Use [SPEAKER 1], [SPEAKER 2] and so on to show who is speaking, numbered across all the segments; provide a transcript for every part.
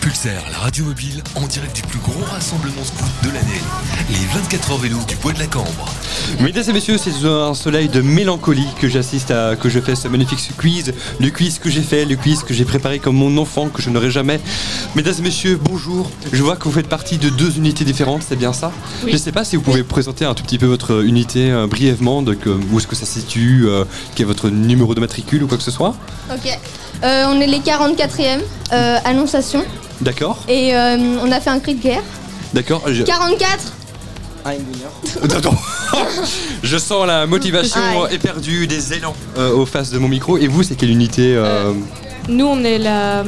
[SPEAKER 1] Pulsar, la radio mobile, en direct du plus gros rassemblement scout de l'année. Les 24 heures vélo du Bois de la Cambre.
[SPEAKER 2] Mesdames et messieurs, c'est sous un soleil de mélancolie que j'assiste à, que je fais ce magnifique quiz, le quiz que j'ai fait, le quiz que j'ai préparé comme mon enfant que je n'aurai jamais. Mesdames et messieurs, bonjour. Je vois que vous faites partie de deux unités différentes, c'est bien ça
[SPEAKER 3] Oui.
[SPEAKER 2] Je ne sais pas si vous pouvez présenter un tout petit peu votre unité euh, brièvement, de que- où est-ce que ça se situe, euh, quel est votre numéro de matricule ou quoi que ce soit.
[SPEAKER 3] Ok. Euh, on est les 44e, euh, Annonciation,
[SPEAKER 2] D'accord,
[SPEAKER 3] et euh, on a fait un cri de guerre.
[SPEAKER 2] d'accord. je-
[SPEAKER 3] 44
[SPEAKER 2] Attends. Je sens la motivation
[SPEAKER 3] Aïe.
[SPEAKER 2] éperdue, des élans euh, aux faces de mon micro. Et vous, c'est quelle unité euh,
[SPEAKER 4] Nous, on est la,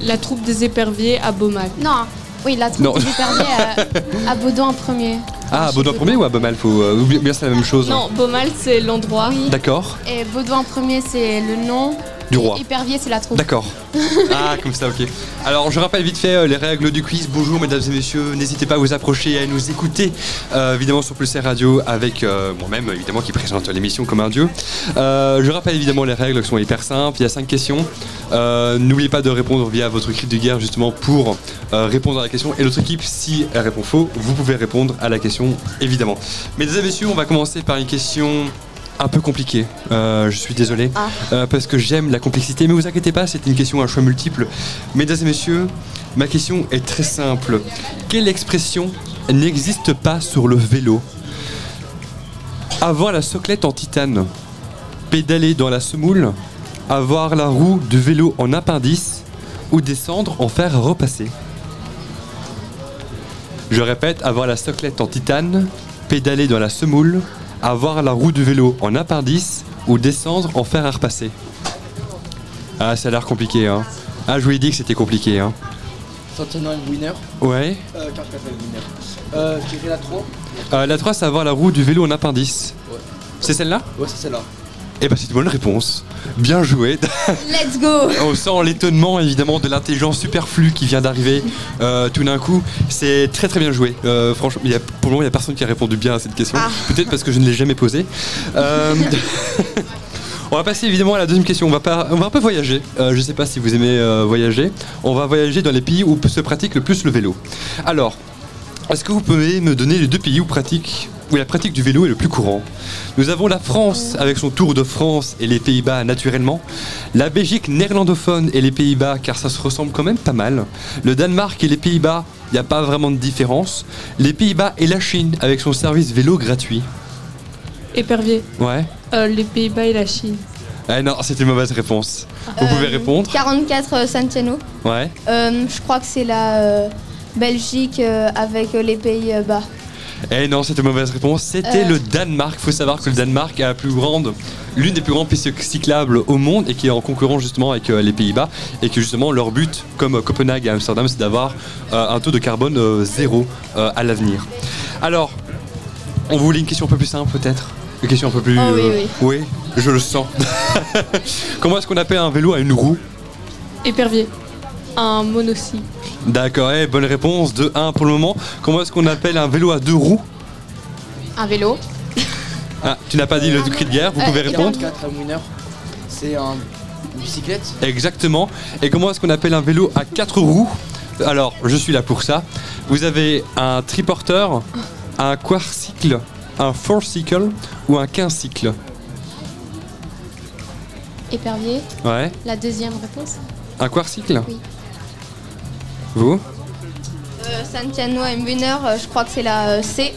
[SPEAKER 4] la troupe des éperviers à Beaumac.
[SPEAKER 5] Non, oui, la troupe
[SPEAKER 2] Non.
[SPEAKER 5] des éperviers
[SPEAKER 3] euh,
[SPEAKER 5] à, à Baudouin en premier.
[SPEAKER 2] Ah, Baudouin premier ou à Bamal faut, euh, ou bien- bien c'est la même chose.
[SPEAKER 4] Non, Beaumal, c'est l'endroit.
[SPEAKER 2] D'accord,
[SPEAKER 5] Et Baudouin en premier, c'est le nom.
[SPEAKER 2] du roi.
[SPEAKER 5] Et Épervier, c'est la troupe.
[SPEAKER 2] D'accord. Ah, comme ça, ok. Alors, je rappelle vite fait euh, les règles du quiz. Bonjour, mesdames et messieurs. N'hésitez pas à vous approcher et à nous écouter, euh, évidemment, sur Pulsar Radio, avec euh, moi-même, évidemment, qui présente l'émission comme un dieu. Euh, je rappelle évidemment les règles qui sont hyper simples. Il y a cinq questions. Euh, N'oubliez pas de répondre via votre cri de guerre, justement, pour euh, répondre à la question. Et l'autre équipe, si elle répond faux, vous pouvez répondre à la question, évidemment. Mesdames et messieurs, on va commencer par une question un peu compliquée. Euh, je suis désolé. Euh, parce que j'aime la complexité. Mais vous inquiétez pas, c'est une question à choix multiple. Mesdames et messieurs, ma question est très simple. Quelle expression n'existe pas sur le vélo Avoir la soclette en titane, pédaler dans la semoule, avoir la roue du vélo en appendice ou descendre en fer à repasser. Je répète, avoir la soclette en titane, pédaler dans la semoule, avoir la roue du vélo en appendice ou descendre en fer à repasser. Ah, ça a l'air compliqué, hein. Ah, je vous ai dit que c'était compliqué, hein.
[SPEAKER 6] Sentinel Winner,
[SPEAKER 2] Ouais.
[SPEAKER 6] euh, carte Winner. Euh, je dirais la 3.
[SPEAKER 2] Euh, la 3, c'est avoir la roue du vélo en appendice.
[SPEAKER 6] Ouais.
[SPEAKER 2] C'est celle-là
[SPEAKER 6] Ouais, c'est celle-là.
[SPEAKER 2] Eh ben, c'est une bonne réponse. Bien joué.
[SPEAKER 3] Let's go
[SPEAKER 2] On sent l'étonnement évidemment de l'intelligence superflue qui vient d'arriver euh, tout d'un coup. C'est très très bien joué. Euh, franchement, il y a- pour le moment, il n'y a personne qui a répondu bien à cette question. Peut-être parce que je ne l'ai jamais posée. Euh, on va passer évidemment à la deuxième question. On va, pas- on va un peu voyager. Euh, je ne sais pas si vous aimez euh, voyager. On va voyager dans les pays où se pratique le plus le vélo. Alors, est-ce que vous pouvez me donner les deux pays où, pratique, où la pratique du vélo est le plus courant Nous avons la France avec son Tour de France et les Pays-Bas naturellement. La Belgique néerlandophone et les Pays-Bas car ça se ressemble quand même pas mal. Le Danemark et les Pays-Bas, il n'y a pas vraiment de différence. Les Pays-Bas et la Chine avec son service vélo gratuit.
[SPEAKER 4] Épervier.
[SPEAKER 2] Ouais.
[SPEAKER 4] Euh, les Pays-Bas et la Chine.
[SPEAKER 2] Eh non, c'était une mauvaise réponse. Vous
[SPEAKER 3] Euh,
[SPEAKER 2] pouvez répondre.
[SPEAKER 3] 44 euh, Santiano.
[SPEAKER 2] Ouais.
[SPEAKER 3] Euh, je crois que c'est la euh, Belgique euh, avec euh, les Pays-Bas.
[SPEAKER 2] Eh non, c'était une mauvaise réponse. C'était
[SPEAKER 3] Euh.
[SPEAKER 2] le Danemark. Faut savoir que le Danemark a la plus grande, l'une des plus grandes pistes cyclables au monde et qui est en concurrence justement avec euh, les Pays-Bas et que justement leur but, comme euh, Copenhague et Amsterdam, c'est d'avoir euh, un taux de carbone euh, zéro euh, à l'avenir. Alors, on vous voulait une question un peu plus simple peut-être Une question un peu plus. euh,
[SPEAKER 3] Oh oui,
[SPEAKER 2] oui. je le sens. Comment est-ce qu'on appelle un vélo à une roue
[SPEAKER 4] Épervier. Un monocycle.
[SPEAKER 2] D'accord, eh, bonne réponse de 1 pour le moment. Comment est-ce qu'on appelle un vélo à deux roues
[SPEAKER 5] Un vélo.
[SPEAKER 2] Ah, tu n'as pas dit le cri de guerre, vous
[SPEAKER 5] Euh,
[SPEAKER 2] pouvez
[SPEAKER 5] il y a
[SPEAKER 2] répondre
[SPEAKER 6] 44 Winner, c'est un... une bicyclette.
[SPEAKER 2] Exactement. Et comment est-ce qu'on appelle un vélo à quatre roues Alors, je suis là pour ça. Vous avez un triporteur, un quadricycle, un fourcycle ou un quincycle.
[SPEAKER 5] Épervier,
[SPEAKER 2] Ouais.
[SPEAKER 5] la deuxième réponse.
[SPEAKER 2] Un quadricycle
[SPEAKER 5] Oui.
[SPEAKER 2] Vous
[SPEAKER 3] Euh, Santiano et Winner, euh, je crois que c'est la euh, C.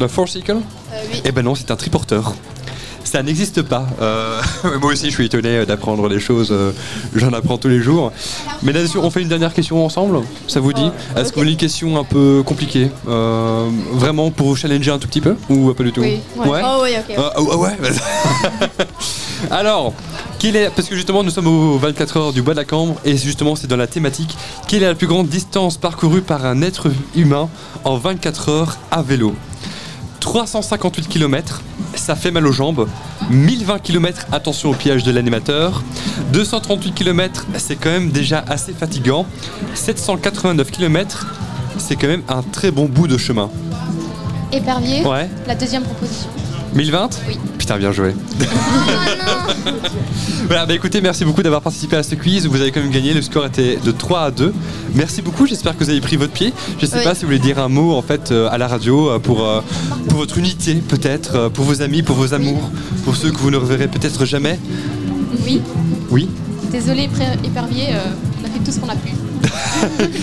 [SPEAKER 2] Le fourcycle
[SPEAKER 3] Euh, oui.
[SPEAKER 2] Eh ben non, c'est un triporteur. Ça n'existe pas. Euh, moi aussi, je suis étonné euh, d'apprendre les choses. euh, J'en apprends tous les jours. Mais là, on fait une dernière question ensemble. Ça vous dit Est-ce que vous voulez une question un peu compliquée euh, Vraiment pour vous challenger un tout petit peu Ou pas du tout
[SPEAKER 5] Oui, ouais.
[SPEAKER 3] Oh oui, ok.
[SPEAKER 2] Ah, ah, ah, ouais, vas-y. Alors, quelle est, parce que justement nous sommes aux 24 heures du bois de la Cambre et justement c'est dans la thématique, quelle est la plus grande distance parcourue par un être humain en 24 heures à vélo 358 km, ça fait mal aux jambes. 1020 km, attention au piège de l'animateur. 238 km, c'est quand même déjà assez fatigant. 789 km, c'est quand même un très bon bout de chemin.
[SPEAKER 5] Épervier,
[SPEAKER 2] Ouais.
[SPEAKER 5] la deuxième proposition.
[SPEAKER 2] 1020 Oui. Putain, bien joué.
[SPEAKER 3] Oh,
[SPEAKER 2] voilà, bah écoutez, merci beaucoup d'avoir participé à ce quiz. Vous avez quand même gagné. Le score était de 3 à 2. Merci beaucoup. J'espère que vous avez pris votre pied. Je sais
[SPEAKER 3] Oui.
[SPEAKER 2] pas si vous voulez dire un mot en fait euh, à la radio euh, pour, euh, pour votre unité, peut-être, euh, pour vos amis, pour vos amours, pour ceux que vous ne reverrez peut-être jamais.
[SPEAKER 5] Oui.
[SPEAKER 2] Oui.
[SPEAKER 5] Désolé, pré- épervier, euh, on a fait tout ce qu'on a pu.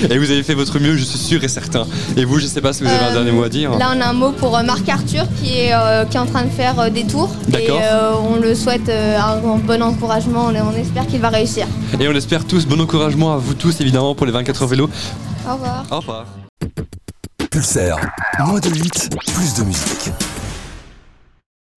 [SPEAKER 2] Et vous avez fait votre mieux, je suis sûr et certain. Et vous, je sais pas si vous avez un
[SPEAKER 3] Euh,
[SPEAKER 2] dernier mot à dire.
[SPEAKER 3] Là, on a un mot pour euh, Marc Arthur qui est, euh, qui est en train de faire euh, des tours. Et
[SPEAKER 2] D'accord.
[SPEAKER 3] euh, on le souhaite euh, un, un bon encouragement. On, on espère qu'il va réussir.
[SPEAKER 2] Et on espère tous bon encouragement à vous tous, évidemment, pour les 24 heures vélo.
[SPEAKER 3] Au revoir.
[SPEAKER 2] Au revoir.
[SPEAKER 1] Pulsaire, moins de 8, plus de musique.